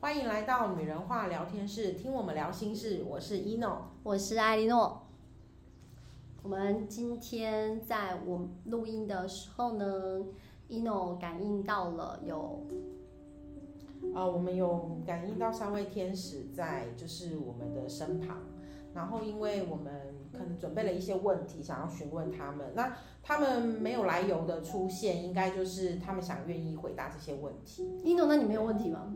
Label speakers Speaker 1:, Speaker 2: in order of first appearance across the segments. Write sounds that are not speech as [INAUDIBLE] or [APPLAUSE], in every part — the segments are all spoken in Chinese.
Speaker 1: 欢迎来到女人话聊天室，听我们聊心事。我是一诺，
Speaker 2: 我是艾莉诺。我们今天在我录音的时候呢，一诺感应到了有
Speaker 1: 呃，我们有感应到三位天使在就是我们的身旁，然后因为我们可能准备了一些问题，想要询问他们，那他们没有来由的出现，应该就是他们想愿意回答这些问题。
Speaker 2: 一诺，那你没有问题吗？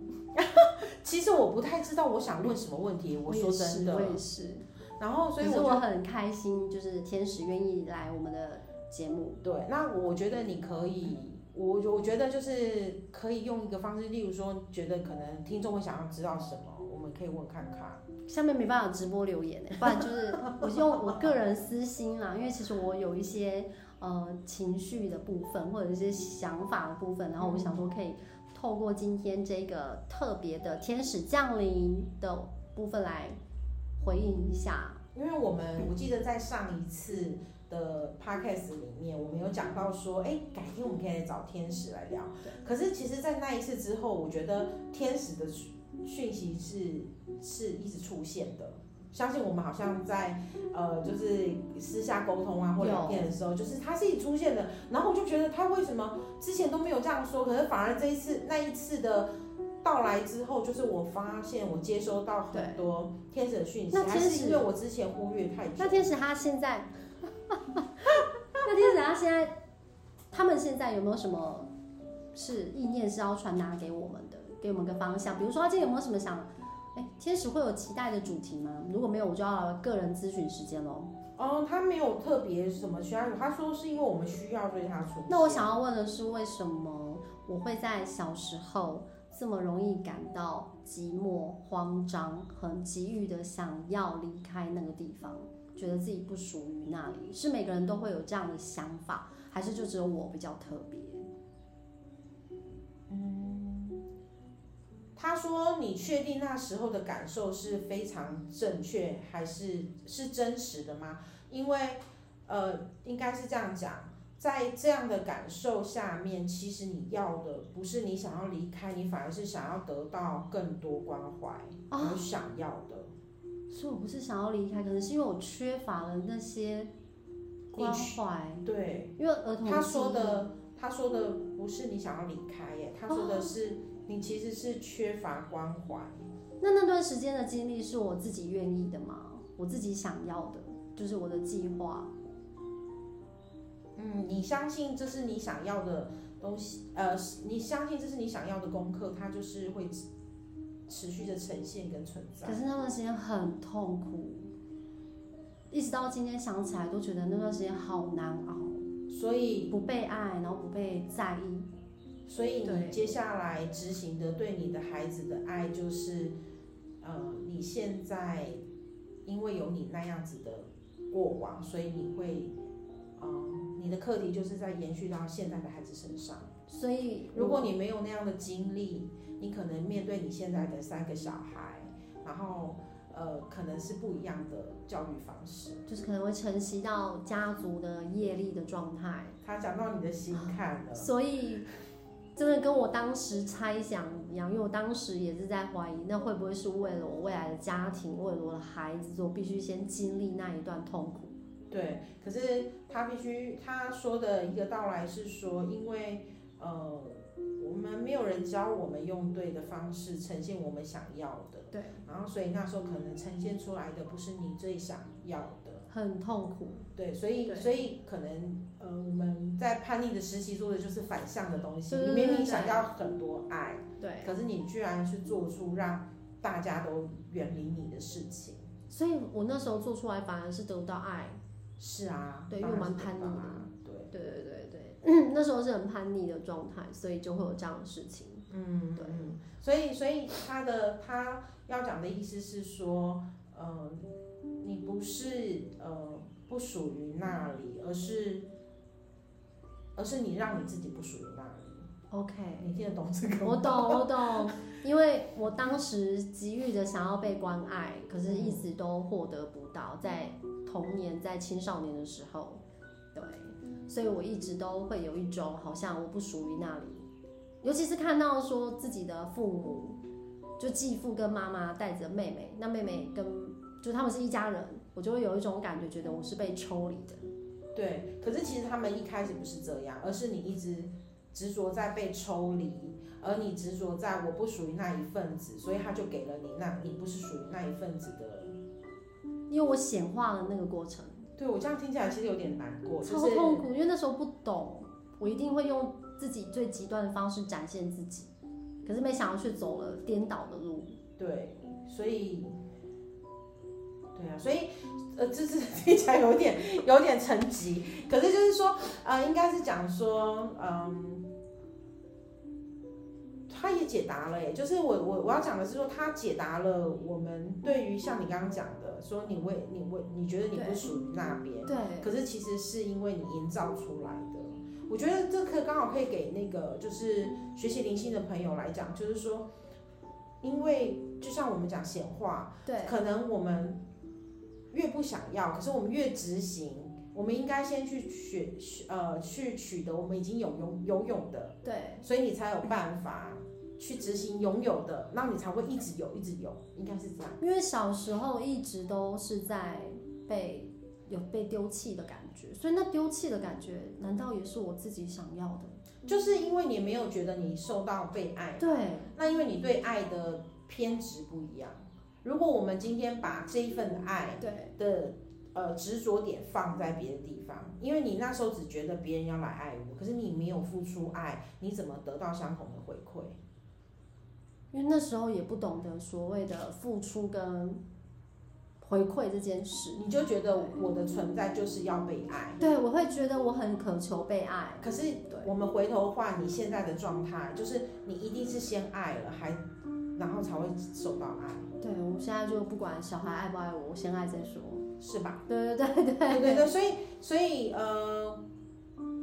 Speaker 1: 其实我不太知道我想问什么问题，我说
Speaker 2: 也是
Speaker 1: 真的
Speaker 2: 我。也是。
Speaker 1: 然后，所以
Speaker 2: 可
Speaker 1: 我
Speaker 2: 是
Speaker 1: 就
Speaker 2: 我很开心，就是天使愿意来我们的节目。
Speaker 1: 对，那我觉得你可以，我我觉得就是可以用一个方式，例如说，觉得可能听众会想要知道什么，我们可以问看看。
Speaker 2: 下面没办法直播留言欸呢，不然就是我就用我个人私心啦，因为其实我有一些呃情绪的部分，或者一些想法的部分，然后我想说可以透过今天这个特别的天使降临的部分来回应一下。
Speaker 1: 因为我们我记得在上一次的 podcast 里面，我们有讲到说，哎，改天我们可以来找天使来聊。可是其实，在那一次之后，我觉得天使的讯讯息是是一直出现的。相信我们好像在呃，就是私下沟通啊或聊天的时候，就是他自己出现的。然后我就觉得他为什么之前都没有这样说，可是反而这一次那一次的到来之后，就是我发现我接收到很多天使的讯息，
Speaker 2: 那
Speaker 1: 还
Speaker 2: 天使
Speaker 1: 是因为我之前忽略太久。
Speaker 2: 那天使他现在， [LAUGHS] 那天使他现在，他们现在有没有什么是意念是要传达给我们的，给我们个方向？比如说他今天有没有什么想？哎，天使会有期待的主题吗？如果没有，我就要个人咨询时间喽。
Speaker 1: 哦，他没有特别什么需要，他说是因为我们需要，所以他出现。
Speaker 2: 那我想要问的是，为什么我会在小时候这么容易感到寂寞、慌张，很急于的想要离开那个地方，觉得自己不属于那里？是每个人都会有这样的想法，还是就只有我比较特别？
Speaker 1: 他说：“你确定那时候的感受是非常正确，还是是真实的吗？因为，呃，应该是这样讲，在这样的感受下面，其实你要的不是你想要离开，你反而是想要得到更多关怀，
Speaker 2: 啊
Speaker 1: 你想要的，
Speaker 2: 所以我不是想要离开，可能是因为我缺乏了那些关怀，
Speaker 1: 对。”
Speaker 2: 因为儿童
Speaker 1: 他
Speaker 2: 记忆
Speaker 1: 说的，他说的不是你想要离开耶，他说的是、你其实是缺乏关怀。
Speaker 2: 那那段时间的经历是我自己愿意的吗？我自己想要的，就是我的计划。
Speaker 1: 嗯，你相信这是你想要的东西，呃，你相信这是你想要的功课，它就是会持持续的呈现跟存在
Speaker 2: 可。是那段时间很痛苦，一直到今天想起来都觉得那段时间好难熬，
Speaker 1: 所以，
Speaker 2: 不被爱，然后不被在意。
Speaker 1: 所以你
Speaker 2: 对
Speaker 1: 接下来执行的对你的孩子的爱，就是，呃，你现在因为有你那样子的过往，所以你会，嗯、你的课题就是在延续到现在的孩子身上。
Speaker 2: 所以
Speaker 1: 如果你没有那样的经历，你可能面对你现在的三个小孩，然后呃，可能是不一样的教育方式。
Speaker 2: 就是可能会承袭到家族的业力的状态，
Speaker 1: 他讲到你的心坎了，
Speaker 2: 所以真的跟我当时猜想一样，因为我当时也是在怀疑，那会不会是为了我未来的家庭，为了我的孩子，所以我必须先经历那一段痛苦。
Speaker 1: 对。可是他必须他说的一个到来是说，因为呃，我们没有人教我们用对的方式呈现我们想要的，
Speaker 2: 对，
Speaker 1: 然后所以那时候可能呈现出来的不是你最想要的。
Speaker 2: 很痛苦。
Speaker 1: 对，所以
Speaker 2: 对
Speaker 1: 所以可能呃，我们在叛逆的时期做的就是反向的东西。
Speaker 2: 对
Speaker 1: 你
Speaker 2: 对
Speaker 1: 明明
Speaker 2: 对对
Speaker 1: 想要很多爱，
Speaker 2: 对。
Speaker 1: 可是你居然是做出让大家都远离你的事情。
Speaker 2: 所以我那时候做出来反而是得不到爱，
Speaker 1: 是啊，
Speaker 2: 对
Speaker 1: 当然
Speaker 2: 因为我
Speaker 1: 是
Speaker 2: 蛮叛逆
Speaker 1: 爸
Speaker 2: 的
Speaker 1: 爸啊。对，
Speaker 2: 对对对嗯对，那时候是很叛逆的状态，所以就会有这样的事情。
Speaker 1: 嗯，
Speaker 2: 对
Speaker 1: 嗯，所以所以他的他要讲的意思是说，呃，你不是呃不属于那里，而是而是你让你自己不属于那里。
Speaker 2: OK，
Speaker 1: 你听得懂这个吗？
Speaker 2: 我懂我懂，因为我当时急于的想要被关爱，可是一直都获得不到，在童年在青少年的时候，对，所以我一直都会有一种好像我不属于那里，尤其是看到说自己的父母就继父跟妈妈带着妹妹，那妹妹跟就他们是一家人，我就会有一种感觉，觉得我是被抽离的。
Speaker 1: 对，可是其实他们一开始不是这样，而是你一直执着在被抽离，而你执着在我不属于那一份子，所以他就给了你那你不是属于那一份子的。
Speaker 2: 因为我显化了那个过程，
Speaker 1: 对我这样听起来其实有点难过，就
Speaker 2: 超
Speaker 1: 是
Speaker 2: 痛苦，因为那时候不懂，我一定会用自己最极端的方式展现自己，可是没想到却走了颠倒的路。
Speaker 1: 对，所以。对啊，所以，呃，就是 [LAUGHS] 听起来有点有点沉寂，可是就是说，呃，应该是讲说，嗯，他也解答了耶，就是我我我要讲的是说，他解答了我们对于像你刚刚讲的，说你为你为你觉得你不
Speaker 2: 对
Speaker 1: 属于那边，
Speaker 2: 对，
Speaker 1: 可是其实是因为你营造出来的。我觉得这课刚好可以给那个就是学习灵性的朋友来讲，就是说，因为就像我们讲显化，
Speaker 2: 对，
Speaker 1: 可能我们越不想要，可是我们越执行。我们应该先去学，呃，去取得我们已经有拥有有的，
Speaker 2: 对，
Speaker 1: 所以你才有办法去执行拥有的，那你才会一直有，一直有，应该是这样。
Speaker 2: 因为小时候一直都是在被有被丢弃的感觉，所以那丢弃的感觉，难道也是我自己想要的？
Speaker 1: 就是因为你没有觉得你受到被爱，
Speaker 2: 对，
Speaker 1: 那因为你对爱的偏执不一样。如果我们今天把这一份爱
Speaker 2: 对，
Speaker 1: 的呃执着点放在别的地方，因为你那时候只觉得别人要来爱我，可是你没有付出爱，你怎么得到相同的回馈？
Speaker 2: 因为那时候也不懂得所谓的付出跟回馈这件事。
Speaker 1: 你就觉得我的存在就是要被爱。
Speaker 2: 对，我会觉得我很渴求被爱。
Speaker 1: 可是
Speaker 2: 对
Speaker 1: 我们回头换你现在的状态，就是你一定是先爱了，还然后才会受到爱，
Speaker 2: 对，我现在就不管小孩爱不爱我，我先爱再说。
Speaker 1: 是吧？
Speaker 2: 对对对
Speaker 1: 对
Speaker 2: 对
Speaker 1: 对 [LAUGHS] 对，所以所以呃，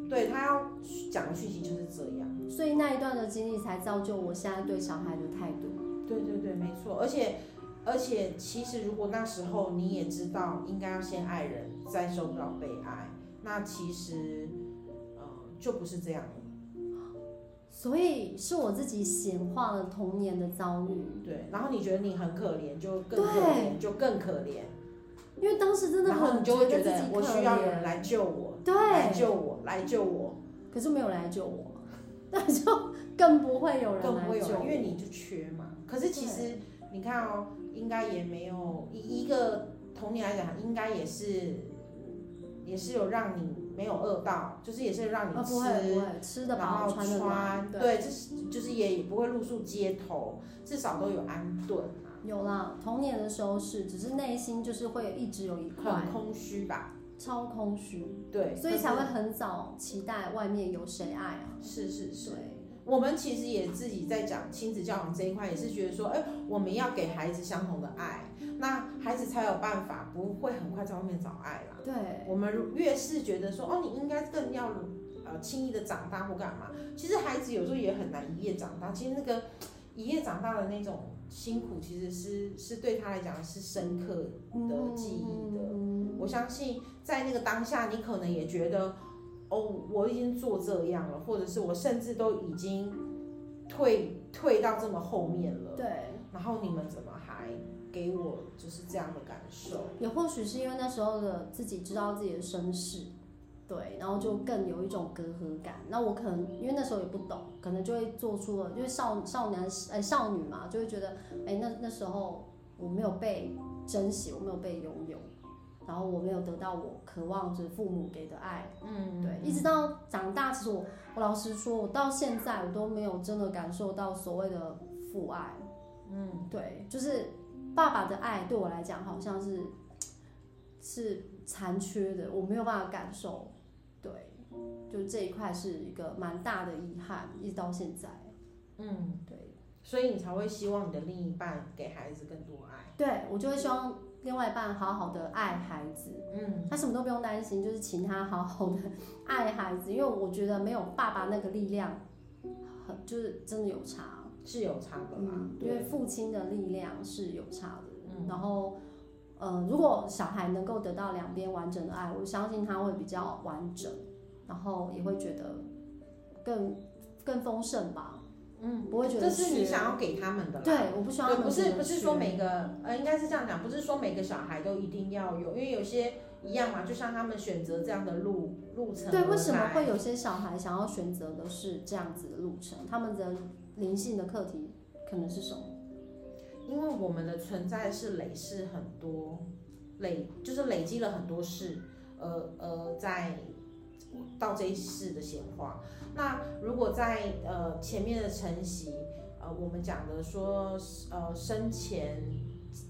Speaker 1: 对他要讲的讯息就是这样。
Speaker 2: 所以那一段的经历才造就我现在对小孩的态度。
Speaker 1: 对对对，没错。而且而且，其实如果那时候你也知道应该要先爱人，再受到被爱，那其实呃就不是这样了。
Speaker 2: 所以是我自己显化了童年的遭遇，
Speaker 1: 对，然后你觉得你很可怜，就更
Speaker 2: 对
Speaker 1: 可怜，就更可怜，
Speaker 2: 因为当时真的
Speaker 1: 然后
Speaker 2: 很
Speaker 1: 你就会觉
Speaker 2: 自
Speaker 1: 得
Speaker 2: 己
Speaker 1: 我
Speaker 2: 可
Speaker 1: 需要有人
Speaker 2: 怜，
Speaker 1: 来救我，来
Speaker 2: 对，
Speaker 1: 救我，来救我，
Speaker 2: 可是没有人来救我，那就更不会有人
Speaker 1: 更不
Speaker 2: 来
Speaker 1: 会
Speaker 2: 救
Speaker 1: 有人，
Speaker 2: 我，
Speaker 1: 因为你就缺嘛。可是其实
Speaker 2: 对。
Speaker 1: 你看哦，应该也没有以一个童年来讲，应该也是也是有让你没有饿到，就是也是让
Speaker 2: 啊，
Speaker 1: 你吃，
Speaker 2: 不会不会，吃得
Speaker 1: 然
Speaker 2: 饱，
Speaker 1: 后
Speaker 2: 穿得暖，对，
Speaker 1: 对，就是就是也不会露宿街头，至少都有安顿啊，
Speaker 2: 有啦。童年的时候是，只是内心就是会一直有一块
Speaker 1: 很空虚吧？
Speaker 2: 超空虚，
Speaker 1: 对，
Speaker 2: 所以才会
Speaker 1: 可
Speaker 2: 很早期待外面有谁爱啊。
Speaker 1: 是是是是。
Speaker 2: 对，
Speaker 1: 我们其实也自己在讲亲子教养这一块，也是觉得说，哎，我们要给孩子相同的爱，那孩子才有办法不会很快在外面找爱啦。
Speaker 2: 对，
Speaker 1: 我们越是觉得说，哦，你应该更要呃轻易的长大或干嘛，其实孩子有时候也很难一夜长大。其实那个一夜长大的那种辛苦，其实是是对他来讲是深刻的。的记忆的
Speaker 2: 嗯
Speaker 1: 我相信在那个当下，你可能也觉得，哦，我已经做这样了，或者是我甚至都已经退退到这么后面了，
Speaker 2: 对，
Speaker 1: 然后你们怎么还给我就是这样的感受？
Speaker 2: 也或许是因为那时候的自己知道自己的身世，对，然后就更有一种隔阂感。那我可能因为那时候也不懂，可能就会做出了，因为少少男呃少女嘛，就会觉得，哎、那那时候我没有被珍惜，我没有被拥有，然后我没有得到我渴望着父母给的爱，
Speaker 1: 嗯
Speaker 2: 对，一直到长大，其实我我老实说，我到现在我都没有真的感受到所谓的父爱。
Speaker 1: 嗯，
Speaker 2: 对，就是爸爸的爱对我来讲好像是是残缺的，我没有办法感受。对，就这一块是一个蛮大的遗憾，一直到现在。
Speaker 1: 嗯，
Speaker 2: 对，
Speaker 1: 所以你才会希望你的另一半给孩子更多爱。
Speaker 2: 对我就会希望另外一半好好的爱孩子，
Speaker 1: 嗯
Speaker 2: 他什么都不用担心，就是请他好好的爱孩子，因为我觉得没有爸爸那个力量，很就是真的有差。，
Speaker 1: 是有差的啦，
Speaker 2: 嗯，因为
Speaker 1: 对，
Speaker 2: 父亲的力量是有差的。
Speaker 1: 嗯
Speaker 2: 然后，呃，如果小孩能够得到两边完整的爱，我相信他会比较完整，然后也会觉得更更丰盛吧。嗯，不会觉
Speaker 1: 这
Speaker 2: 得
Speaker 1: 是你
Speaker 2: 缺
Speaker 1: 想要给他们的啦。
Speaker 2: 对，我不需要
Speaker 1: 对，
Speaker 2: 那
Speaker 1: 不
Speaker 2: 么
Speaker 1: 是
Speaker 2: 多
Speaker 1: 不是说
Speaker 2: 缺
Speaker 1: 每个呃，应该是这样讲，不是说每个小孩都一定要有，因为有些一样嘛，就像他们选择这样的路路程而来。
Speaker 2: 对，为什么会有些小孩想要选择的是这样子的路程？他们的灵性的课题可能是什么？
Speaker 1: 因为我们的存在是累世很多，累就是累积了很多世，呃呃，在到这一世的显化。那如果在呃前面的晨习，呃我们讲的说呃生前，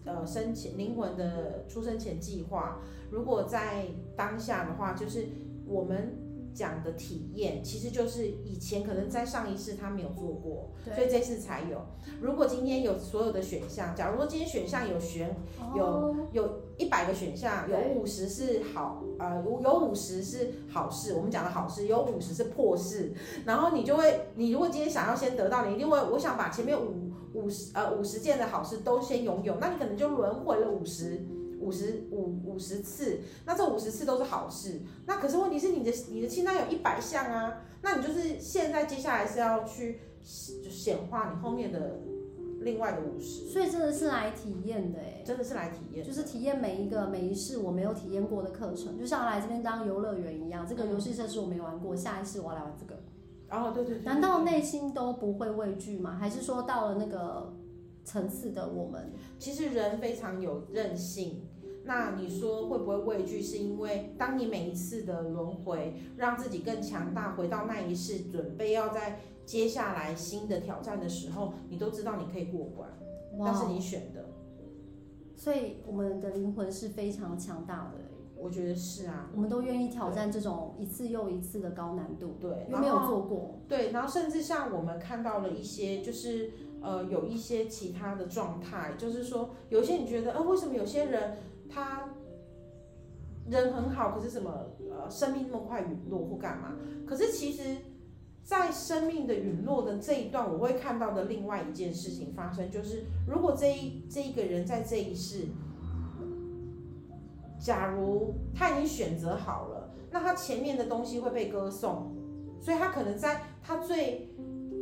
Speaker 1: 呃生前灵魂的出生前计划，如果在当下的话，就是我们。讲的体验其实就是以前可能在上一世他没有做过，所以这次才有。如果今天有所有的选项，假如说今天选项有选有
Speaker 2: 哦、
Speaker 1: 有一百个选项，有
Speaker 2: 对
Speaker 1: 五十是好，呃，有有五十是好事，我们讲的好事，有五十是破事，然后你就会，你如果今天想要先得到，你一定会，我想把前面五五十呃五十件的好事都先拥有，那你可能就轮回了五十。五十五五十次，那这五十次都是好事。那可是问题是你的你的清单有一百项啊，那你就是现在接下来是要去就显化你后面的另外的五十，
Speaker 2: 所以真的是来体验的哎。
Speaker 1: 真的是来体验的。
Speaker 2: 就是体验每一个每一世我没有体验过的课程，就像来这边当游乐园一样，这个游
Speaker 1: 嗯
Speaker 2: 戏设施我没玩过，下一世我要来玩
Speaker 1: [LAUGHS]
Speaker 2: 这个。
Speaker 1: 哦，对对对，
Speaker 2: 难道内心都不会畏惧吗？还是说到了那个层次的我们，
Speaker 1: 其实人非常有韧性。那你说会不会畏惧？是因为当你每一次的轮回，让自己更强大，回到那一世，准备要在接下来新的挑战的时候，你都知道你可以过关，
Speaker 2: 哇
Speaker 1: 嗯但是你选的，
Speaker 2: 所以我们的灵魂是非常强大的欸，
Speaker 1: 我觉得是啊，
Speaker 2: 我们都愿意挑战这种一次又一次的高难度，
Speaker 1: 对，
Speaker 2: 因为
Speaker 1: 然
Speaker 2: 没有
Speaker 1: 后
Speaker 2: 做过。
Speaker 1: 对，然后甚至像我们看到了一些，就是呃，有一些其他的状态，就是说，有一些你觉得，呃，为什么有些人他呃人很好，可是怎么呃，生命那么快陨落或干嘛？可是其实，在生命的陨落的这一段，我会看到的另外一件事情发生，就是如果这一这一个人在这一世，假如他已经选择好了，那他前面的东西会被歌颂。所以他可能在他最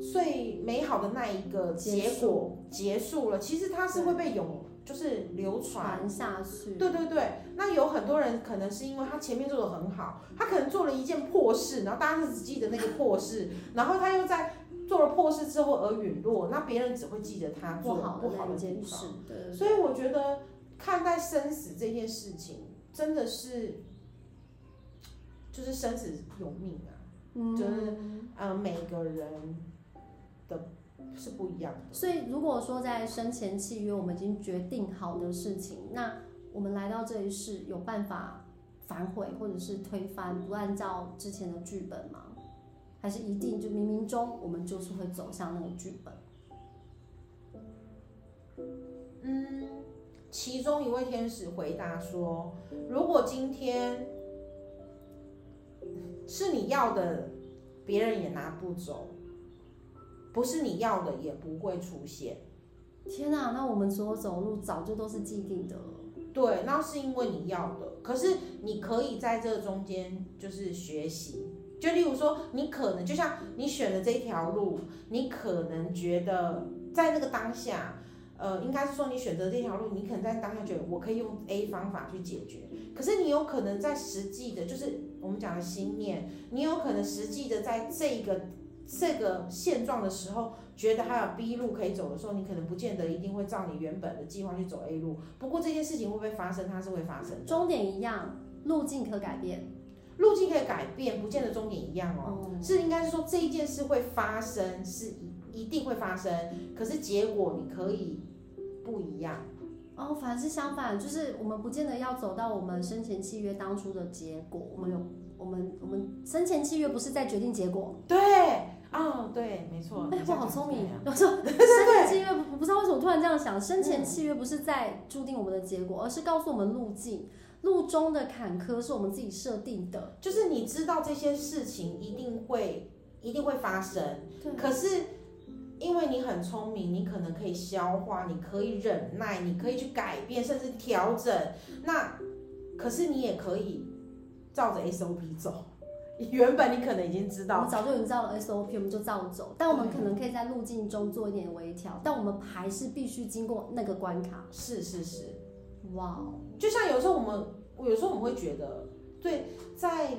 Speaker 1: 最美好的那一个结果结束了，其实他是会被永就是流传。
Speaker 2: 传下去，
Speaker 1: 对对对，那有很多人可能是因为他前面做的很好，他可能做了一件破事，然后大家就只记得那个破事，然后他又在做了破事之后而陨落，那别人只会记得他
Speaker 2: 不
Speaker 1: 做
Speaker 2: 好
Speaker 1: 不
Speaker 2: 的
Speaker 1: 好的
Speaker 2: 那一
Speaker 1: 地
Speaker 2: 件
Speaker 1: 方
Speaker 2: 事。，对，
Speaker 1: 所以我觉得看待生死这件事情真的是就是生死有命啊。
Speaker 2: 嗯，
Speaker 1: 就是呃，每个人的是不一样的。
Speaker 2: 所以如果说在生前契约我们已经决定好的事情，那我们来到这一世有办法反悔或者是推翻，不按照之前的剧本吗？还是一定就冥冥中我们就是会走向那个剧本？
Speaker 1: 其中一位天使回答说：“如果今天是你要的，别人也拿不走；不是你要的，也不会出现。
Speaker 2: 天哪、那我们所有走路早就都是既定的了。
Speaker 1: 对，那是因为你要的。可是你可以在这中间就是学习。”就例如说，你可能就像你选的这一条路，你可能觉得在那个当下，呃，应该是说你选择这条路，你可能在当下觉得我可以用 A 方法去解决，可是你有可能在实际的，就是我们讲的心念，你有可能实际的在这个这个现状的时候，觉得还有 B 路可以走的时候，你可能不见得一定会照你原本的计划去走 A 路。不过这件事情会不会发生，它是会发生的。
Speaker 2: 终点一样，路径可改变。
Speaker 1: 路径可以改变，不见得终点一样哦。
Speaker 2: 哦、
Speaker 1: 是应该是说这一件事会发生，是一一定会发生，可是结果你可以不一样。
Speaker 2: 哦，反而是相反，就是我们不见得要走到我们生前契约当初的结果。我们有，我们我们生前契约不是在决定结果。
Speaker 1: 对，哦，对，没错。
Speaker 2: 哎
Speaker 1: 你，
Speaker 2: 我
Speaker 1: 讲
Speaker 2: 好
Speaker 1: 得
Speaker 2: 聪明
Speaker 1: [LAUGHS] 对啊！。
Speaker 2: 我说生前契约，我不知道为什么突然这样想。生前契约不是在注定我们的结果，而是告诉我们路径，路中的坎坷是我们自己设定的。
Speaker 1: 就是你知道这些事情一定会一定会发生，
Speaker 2: 对
Speaker 1: 可是因为你很聪明，你可能可以消化，你可以忍耐，你可以去改变，甚至调整。那可是你也可以照着 SOP 走，原本你可能已经知
Speaker 2: 我
Speaker 1: 道
Speaker 2: 们，早就已经知道了 SOP，我们就照走，但我们可能可以在路径中做一点微调，但我们还是必须经过那个关卡。
Speaker 1: 是是是，
Speaker 2: 哇哦，
Speaker 1: 就像有时候我们，有时候我们会觉得，对，在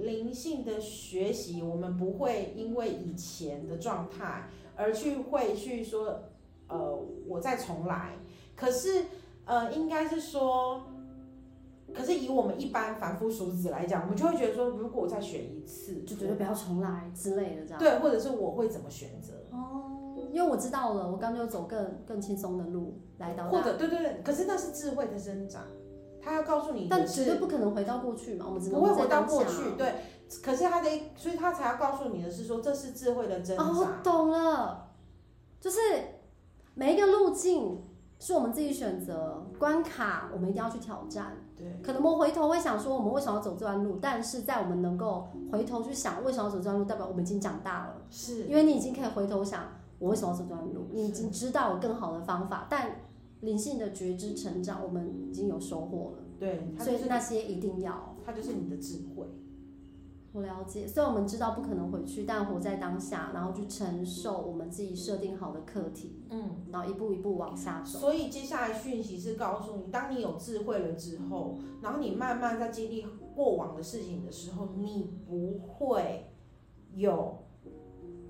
Speaker 1: 灵性的学习，我们不会因为以前的状态而去会去说，呃，我再重来。可是，呃，应该是说，可是以我们一般凡夫俗子来讲，我们就会觉得说，如果我再选一次，
Speaker 2: 就觉得不要重来之类的这样。
Speaker 1: 对，或者是我会怎么选择？
Speaker 2: 哦，因为我知道了，我刚就走更更轻松的路来到那，
Speaker 1: 或者对对对，可是那是智慧的生长，他要告诉你
Speaker 2: 但
Speaker 1: 的
Speaker 2: 绝对
Speaker 1: 是
Speaker 2: 不可能回到过去嘛，我们只能
Speaker 1: 不会回
Speaker 2: 在
Speaker 1: 到
Speaker 2: 当
Speaker 1: 过
Speaker 2: 下
Speaker 1: 去，对。可是他的，所以他才要告诉你的是说，这是智慧的挣扎。
Speaker 2: 哦，我懂了，就是每一个路径是我们自己选择，关卡我们一定要去挑战。
Speaker 1: 对，
Speaker 2: 可能我们回头会想说，我们为什么要走这段路？但是在我们能够回头去想为什么要走这段路，代表我们已经长大了，
Speaker 1: 是
Speaker 2: 因为你已经可以回头想我为什么要走这段路，你已经知道有更好的方法。但灵性的觉知成长，我们已经有收获了，
Speaker 1: 对，他嗯
Speaker 2: 所
Speaker 1: 就
Speaker 2: 以
Speaker 1: 是
Speaker 2: 那些一定要。
Speaker 1: 他就是你的智慧。
Speaker 2: 我了解，虽然我们知道不可能回去，但活在当下，然后去承受我们自己设定好的课题。
Speaker 1: 嗯，
Speaker 2: 然后一步一步往下走。
Speaker 1: 所以接下来讯息是告诉你，当你有智慧了之后，然后你慢慢在经历过往的事情的时候，你不会有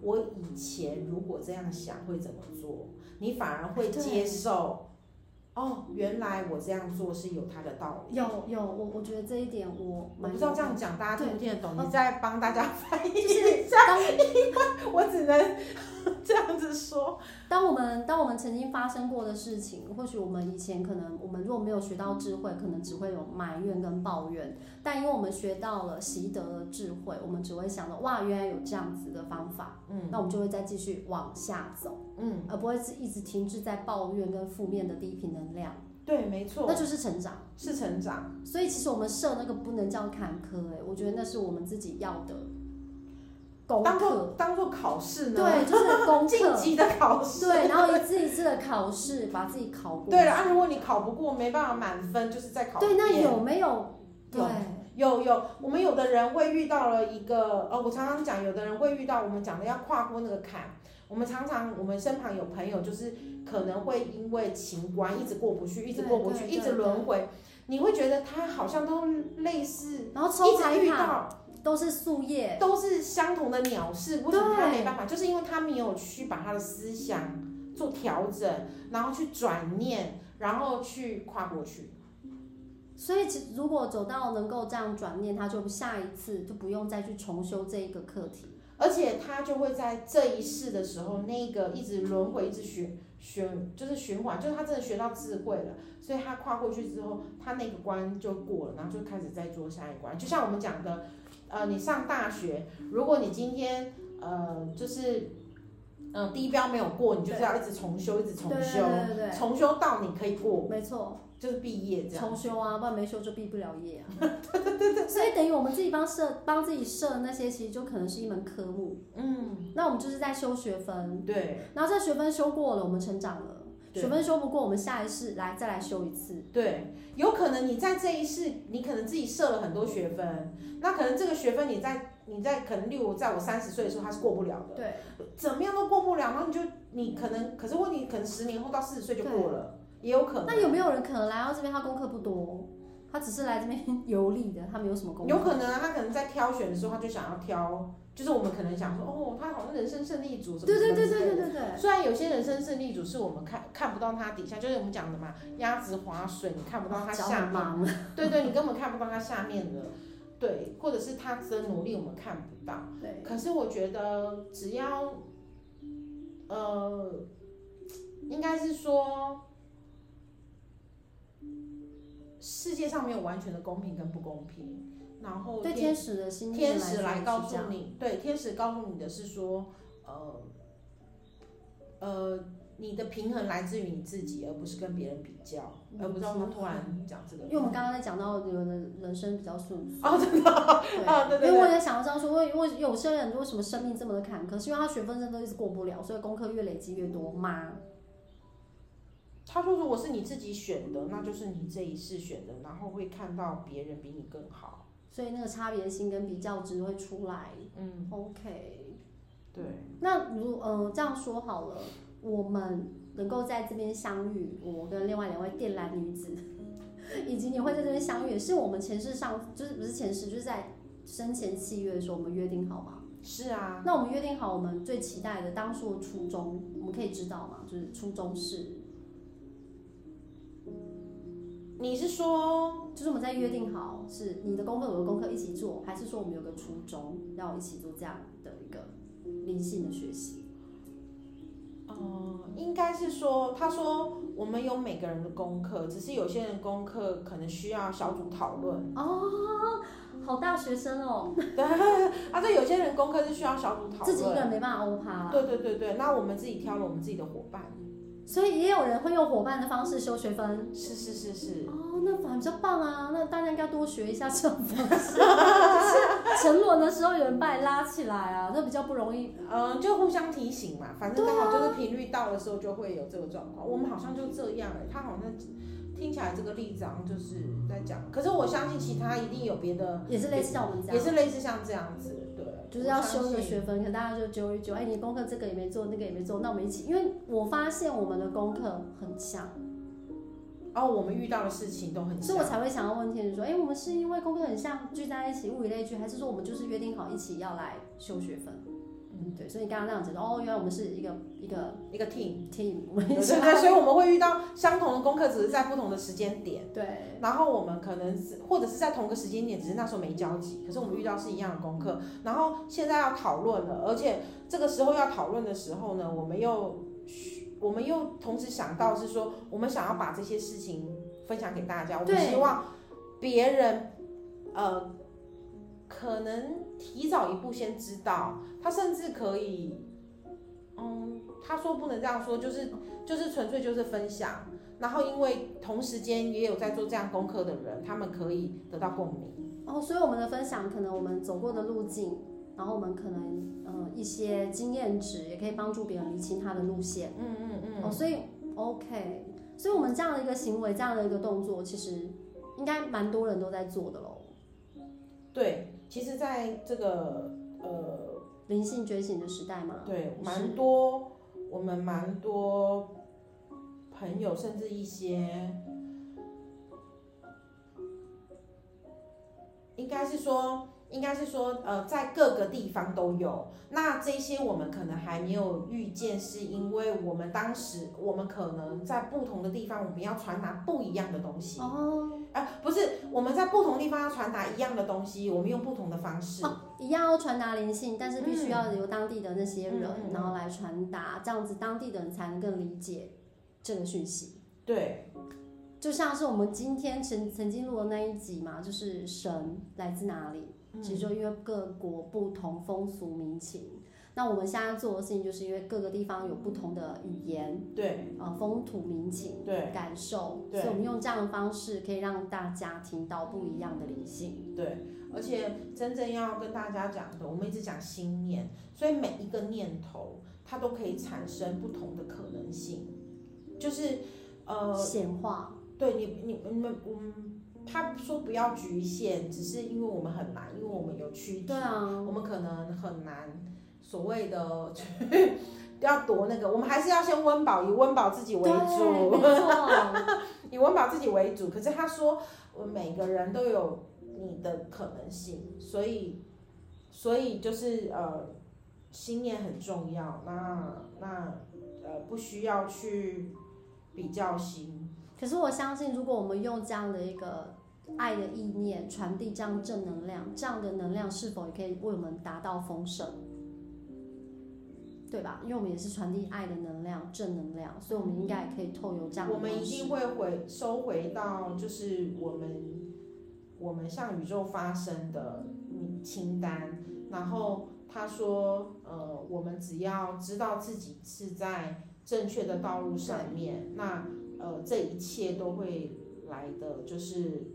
Speaker 1: 我以前如果这样想会怎么做，你反而会
Speaker 2: 对
Speaker 1: 接受。哦，原来我这样做是有它的道理。
Speaker 2: 有有，我我觉得这一点我
Speaker 1: 我
Speaker 2: 蛮
Speaker 1: 不知道这样讲大家听不听得懂，
Speaker 2: 对
Speaker 1: 你在帮大家翻译
Speaker 2: 就
Speaker 1: 一
Speaker 2: 是 [LAUGHS]
Speaker 1: 下，
Speaker 2: 当
Speaker 1: 我只能 [LAUGHS] 这样子说。
Speaker 2: 当我们当我们曾经发生过的事情，或许我们以前可能我们如果没有学到智慧，可能只会有埋怨跟抱怨。但因为我们学到了习得了智慧，我们只会想到哇，原来有这样子的方法，
Speaker 1: 嗯
Speaker 2: 那我们就会再继续往下走，
Speaker 1: 嗯，
Speaker 2: 而不会是一直停滞在抱怨跟负面的低频能量，
Speaker 1: 对，没错
Speaker 2: 那，就是成长。
Speaker 1: 是成长。
Speaker 2: 所以其实我们设那个不能叫坎坷、欸，我觉得那是我们自己要的嗯功
Speaker 1: 当
Speaker 2: 课。
Speaker 1: 做当做考试呢？
Speaker 2: 对，就是功
Speaker 1: 晋 [LAUGHS]
Speaker 2: 课。
Speaker 1: 级的考试。
Speaker 2: 对，然后一次一次的考试，把自己考
Speaker 1: [LAUGHS]
Speaker 2: 过。
Speaker 1: 对了，啊，如果你考不过，没办法满分，就是再考一
Speaker 2: 对，
Speaker 1: 遍。
Speaker 2: 那有没有？对
Speaker 1: 有有有，我们有的人会遇到了一个，呃，我常常讲，有的人会遇到我们讲的要跨过那个坎。我们常常，我们身旁有朋友，就是可能会因为情关一直过不去，一直
Speaker 2: 对
Speaker 1: 过不
Speaker 2: 对
Speaker 1: 去，
Speaker 2: 对
Speaker 1: 一直轮回。你会觉得他好像都类似，
Speaker 2: 然后抽
Speaker 1: 一直
Speaker 2: 牌
Speaker 1: 遇
Speaker 2: 卡
Speaker 1: 到
Speaker 2: 都是树叶，
Speaker 1: 都是相同的鸟事，为什么他
Speaker 2: 对
Speaker 1: 没办法？就是因为他没有去把他的思想做调整，然后去转念，然后去跨过去。
Speaker 2: 所以其实如果走到能够这样转念，他就下一次就不用再去重修这一个课题。
Speaker 1: 而且他就会在这一世的时候，那个一直轮回，一直循循就是循环，就是他真的学到智慧了，所以他跨过去之后，他那个关就过了，然后就开始再做下一关。就像我们讲的，呃，你上大学，如果你今天呃就是嗯、呃第一标没有过，你就是要一直重修，一直重
Speaker 2: 对对
Speaker 1: 修，
Speaker 2: 对对
Speaker 1: 重修到你可以过，
Speaker 2: 对，没错，
Speaker 1: 就是毕业这样。
Speaker 2: 重修啊，不然没修就毕不了
Speaker 1: [LAUGHS]
Speaker 2: 业啊。对对对。所以等于我们自己帮设帮自己设的那些，其实就可能是一门科目。
Speaker 1: 嗯，
Speaker 2: 那我们就是在修学分，
Speaker 1: 对
Speaker 2: 然后这学分修过了，我们成长了；
Speaker 1: 对
Speaker 2: 学分修不过，我们下一世来再来修一次。
Speaker 1: 对，有可能你在这一世，你可能自己设了很多学分，那可能这个学分你在你在可能例如在我三十岁的时候，它是过不了的，
Speaker 2: 对，
Speaker 1: 怎么样都过不了，然后你就你可能，可是问题可能十年后到四十岁就过了，也有可能。
Speaker 2: 那有没有人可能来到这边，他功课不多，他只是来这边游历的，他没有什么功课？
Speaker 1: 有可能啊，他可能在挑选的时候，他就想要挑，就是我们可能想说，哦，他好像人生胜利组什么
Speaker 2: 对
Speaker 1: 什
Speaker 2: 对
Speaker 1: 么
Speaker 2: 对
Speaker 1: 之类
Speaker 2: 对
Speaker 1: 的
Speaker 2: 对对对。
Speaker 1: 虽然有些人生胜利组是我们看看不到他底下，就是我们讲的嘛，鸭子划水，你看不到他
Speaker 2: 啊脚
Speaker 1: 下
Speaker 2: 很
Speaker 1: 面
Speaker 2: 忙，
Speaker 1: 对对，你根本看不到他下面的，对，或者是他的努力我们看不到。
Speaker 2: 对，
Speaker 1: 可是我觉得只要，呃，应该是说，世界上没有完全的公平跟不公平，然后
Speaker 2: 对
Speaker 1: 天
Speaker 2: 天使的心
Speaker 1: 天
Speaker 2: 念
Speaker 1: 使
Speaker 2: 来
Speaker 1: 来
Speaker 2: 说
Speaker 1: 告
Speaker 2: 是这
Speaker 1: 诉
Speaker 2: 样
Speaker 1: 你，对，天使告诉你的是说，呃，呃。你的平衡来自于你自己，而不是跟别人比较，而不是他突然讲这个。
Speaker 2: 因为我们刚刚在讲到有人人生比较顺遂，
Speaker 1: 哦，真的哦，哦对对对
Speaker 2: 因为我也想要这样说，为为有些人为什么生命这么的坎坷，是因为他学分真的一直过不了，所以功课越累积越多吗？
Speaker 1: 他说如果是你自己选的，那就是你这一世选的，然后会看到别人比你更好。
Speaker 2: 所以那个差别性跟比较值会出来。
Speaker 1: 嗯，
Speaker 2: OK，
Speaker 1: 对，
Speaker 2: 那如呃这样说好了，我们能够在这边相遇，我跟另外两位靛蓝女子，以及你会在这边相遇，也是我们前世上就是不是前世，就是在生前契约的时候我们约定好吗？
Speaker 1: 是啊，
Speaker 2: 那我们约定好我们最期待的当初的初衷，我们可以知道吗？就是初衷是，
Speaker 1: 你是说
Speaker 2: 就是我们在约定好是你的功课我的功课一起做，还是说我们有个初衷要一起做这样的一个灵性的学习？
Speaker 1: 哦，应该是说，他说我们有每个人的功课，只是有些人功课可能需要小组讨论，
Speaker 2: 哦，好大学生哦。
Speaker 1: 啊，对，有些人功课是需要小组讨
Speaker 2: 嗯自己一个
Speaker 1: 论。
Speaker 2: 人没办法欧趴，
Speaker 1: 对对对对，那我们自己挑了我们自己的伙伴，
Speaker 2: 所以也有人会用伙伴的方式修学分。
Speaker 1: 是是是是，
Speaker 2: 哦，那反正比较棒啊！那大家应该多学一下这种方 [LAUGHS] 式。就是沉沦的时候有人把你拉起来啊，那比较不容易。
Speaker 1: 嗯，就互相提醒嘛，反正刚好就是频率到的时候就会有这个状
Speaker 2: 啊
Speaker 1: 况。我们好像就这样、欸，他好像听起来这个例子好像就是在讲，可是我相信其他一定有别的，
Speaker 2: 也是类似像我们这
Speaker 1: 也
Speaker 2: 样，
Speaker 1: 是类似像这样子，对，
Speaker 2: 就是要
Speaker 1: 我相
Speaker 2: 修个
Speaker 1: 信
Speaker 2: 学分，可能大家就揪一揪，哎，你功课这个也没做，那个也没做，那我们一起，因为我发现我们的功课很像，
Speaker 1: 哦，我们遇到的事情都很
Speaker 2: 所
Speaker 1: 像
Speaker 2: 以我才会想要问天宇说，哎，我们是因为功课很像聚在一起，物以类聚，还是说我们就是约定好一起要来修学分？嗯，对，所以你刚刚那样子，哦，原来我们是一个一个
Speaker 1: 一个
Speaker 2: [LAUGHS]
Speaker 1: team。
Speaker 2: team，我们
Speaker 1: 对
Speaker 2: 一起
Speaker 1: 对对，所以我们会遇到相同的功课，只是在不同的时间点。
Speaker 2: [LAUGHS] 对，
Speaker 1: 然后我们可能是或者是在同个时间点，只是那时候没交集，可是我们遇到是一样的功课。然后现在要讨论了，而且这个时候要讨论的时候呢，我们又我们又同时想到是说，我们想要把这些事情分享给大家，我们
Speaker 2: 对
Speaker 1: 希望别人呃可能提早一步先知道，他甚至可以。嗯，他说不能这样说，就是就是纯粹就是分享，然后因为同时间也有在做这样功课的人，他们可以得到共鸣。
Speaker 2: 哦，所以我们的分享可能我们走过的路径，然后我们可能呃一些经验值，也可以帮助别人理清他的路线。
Speaker 1: 嗯嗯
Speaker 2: 哦，所以 OK，所以我们这样的一个行为，这样的一个动作，其实应该蛮多人都在做的喽。
Speaker 1: 对，其实在这个呃，
Speaker 2: 灵性觉醒的时代嘛，
Speaker 1: 对，
Speaker 2: 是
Speaker 1: 蛮多我们蛮多朋友，甚至一些，应该是说。应该是说，呃，在各个地方都有。那这些我们可能还没有遇见，是因为我们当时我们可能在不同的地方，我们要传达不一样的东西。
Speaker 2: 哦，
Speaker 1: 啊，不是，我们在不同地方要传达一样的东西，我们用不同的方式。
Speaker 2: 哦，一样要传达灵性，但是必须
Speaker 1: 嗯
Speaker 2: 要由当地的那些人，
Speaker 1: 嗯嗯嗯
Speaker 2: 然后来传达，这样子当地的人才能更理解这个讯息。
Speaker 1: 对，
Speaker 2: 就像是我们今天曾曾经录的那一集嘛，就是神来自哪里，
Speaker 1: 嗯
Speaker 2: 其实就因为各国不同风俗民情。那我们现在做的事情，就是因为各个地方有不同的语言、
Speaker 1: 嗯对，
Speaker 2: 呃风土民情、
Speaker 1: 对，
Speaker 2: 感受，
Speaker 1: 对
Speaker 2: 所以我们用这样的方式可以让大家听到不一样的灵性。
Speaker 1: 对。而且真正要跟大家讲的，我们一直讲心念，所以每一个念头，它都可以产生不同的可能性。就是，呃，
Speaker 2: 显化，
Speaker 1: 对你，你你们，我们，他说不要局限，只是因为我们很难，因为我们有躯体
Speaker 2: 对，啊，
Speaker 1: 呃我们可能很难所谓的 [LAUGHS] 要夺那个，我们还是要先温饱，以温饱自己为
Speaker 2: 对，没
Speaker 1: 主，
Speaker 2: 错，
Speaker 1: 以温饱自己为主。可是他说，我们每个人都有你的可能性，所以所以就是呃，心念很重要。那那呃，不需要去比较心，
Speaker 2: 可是我相信，如果我们用这样的一个爱的意念传递这样正能量，这样的能量是否也可以为我们达到丰盛？对吧？因为我们也是传递爱的能量、正能量，所以我们应该也可以透由这样的
Speaker 1: 我们一
Speaker 2: 方式
Speaker 1: 定会回收回到就是我们我们向宇宙发声的名清单，然后。他说：“呃，我们只要知道自己是在正确的道路上面，那呃，这一切都会来的，就是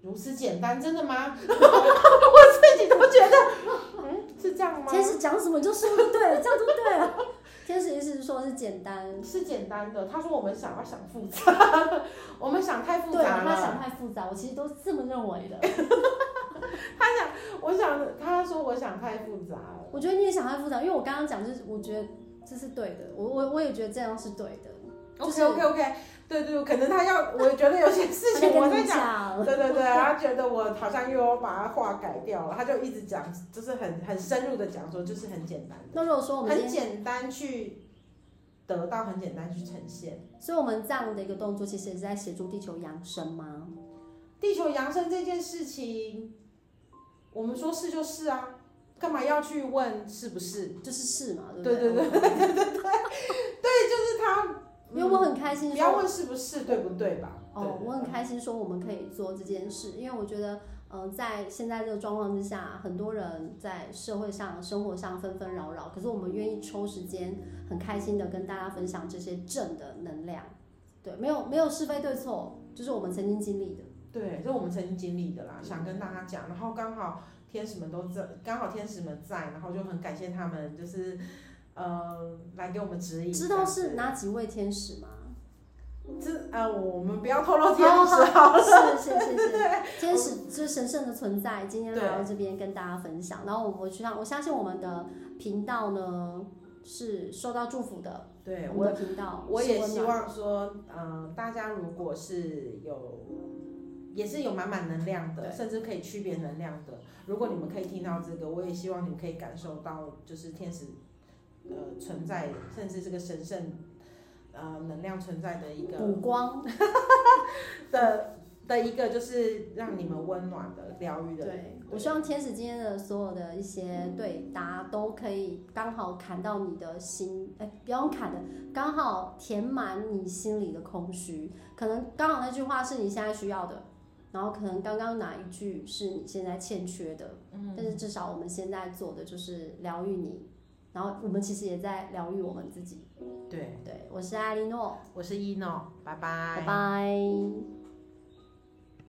Speaker 1: 如此简单，真的吗？ [LAUGHS] 我自己都觉得，嗯，是这样吗？
Speaker 2: 天使讲什么你就说就对了，这样就对了。 [LAUGHS] 天使意思是说是简单，
Speaker 1: 是简单的。他说我们想要想复杂，我们想太复 [LAUGHS]
Speaker 2: 对，
Speaker 1: 杂
Speaker 2: 不要
Speaker 1: 了。
Speaker 2: 想太复杂，我其实都是这么认为的。
Speaker 1: 他想， [LAUGHS] 我想，他说我想太复杂了。
Speaker 2: 我觉得你也想太复杂，因为我刚刚讲就是，我觉得这是对的，我我我也觉得这样是对的。就是
Speaker 1: OK OK OK，对对，可能他要，我觉得有些
Speaker 2: [LAUGHS]
Speaker 1: 事情我在
Speaker 2: 在
Speaker 1: 想。
Speaker 2: 讲，
Speaker 1: 对
Speaker 2: [LAUGHS]
Speaker 1: 对对，他觉得我好像又要把他话改掉了，他就一直讲，就是很很深入的讲说，就是很简单
Speaker 2: 那如果说
Speaker 1: 的，
Speaker 2: 我们
Speaker 1: 很
Speaker 2: 今天，
Speaker 1: 简单去得到，很简单去呈现。
Speaker 2: 所以我们这样的一个动作，其实也是在协助地球扬升吗？
Speaker 1: 地球扬升这件事情，我们说是就是啊，干嘛要去问是不是？
Speaker 2: 就是是嘛，
Speaker 1: 对
Speaker 2: 不对？
Speaker 1: 就是他，
Speaker 2: [LAUGHS] 因为我很开
Speaker 1: 嗯
Speaker 2: 心
Speaker 1: 不
Speaker 2: 说
Speaker 1: 要问是不是，对不对吧？
Speaker 2: 哦，我很
Speaker 1: 对
Speaker 2: 开心说我们可以做这件事，因为我觉得，嗯、在现在这个状况之下，很多人在社会上、生活上纷纷扰扰，可是我们愿意抽时间，很开心的跟大家分享这些正的能量，对，没有没有是非对错，就是我们曾经经历的，
Speaker 1: 对，这是我们曾经经历的啦，想跟大家讲。然后刚好天使们都在，刚好天使们在，然后就很感谢他们，就是呃来给我们指引。
Speaker 2: 知道是哪几位天使吗？
Speaker 1: 这呃，我们不要透
Speaker 2: [LAUGHS]
Speaker 1: 露天使啊
Speaker 2: 哦
Speaker 1: 好了。
Speaker 2: 是是是是，天使就是神圣的存在，今天来到这边跟大家分享。然后我我相我相信我们的频道呢是受到祝福的，
Speaker 1: 对
Speaker 2: 我
Speaker 1: 我，
Speaker 2: 们的频道
Speaker 1: 我
Speaker 2: 是
Speaker 1: 也
Speaker 2: 温
Speaker 1: 希
Speaker 2: 暖
Speaker 1: 望说，呃，大家如果是有。也是有满满能量的，
Speaker 2: 对
Speaker 1: 甚至可以区别能量的。如果你们可以听到这个，我也希望你们可以感受到，就是天使，呃，存在，甚至这个神圣，呃，能量存在的一个
Speaker 2: 补光，
Speaker 1: 的的一个就是让你们温暖的、疗愈的。
Speaker 2: 对我希望天使今天的所有的一些对答都可以刚好砍到你的心，哎，不用砍的，刚好填满你心里的空虚。可能刚好那句话是你现在需要的，然后可能刚刚哪一句是你现在欠缺的，嗯，但是至少我们现在做的就是疗愈你，然后我们其实也在疗愈我们自己。
Speaker 1: 对，
Speaker 2: 对我是艾莉诺，
Speaker 1: 我是一诺，拜拜
Speaker 2: 拜拜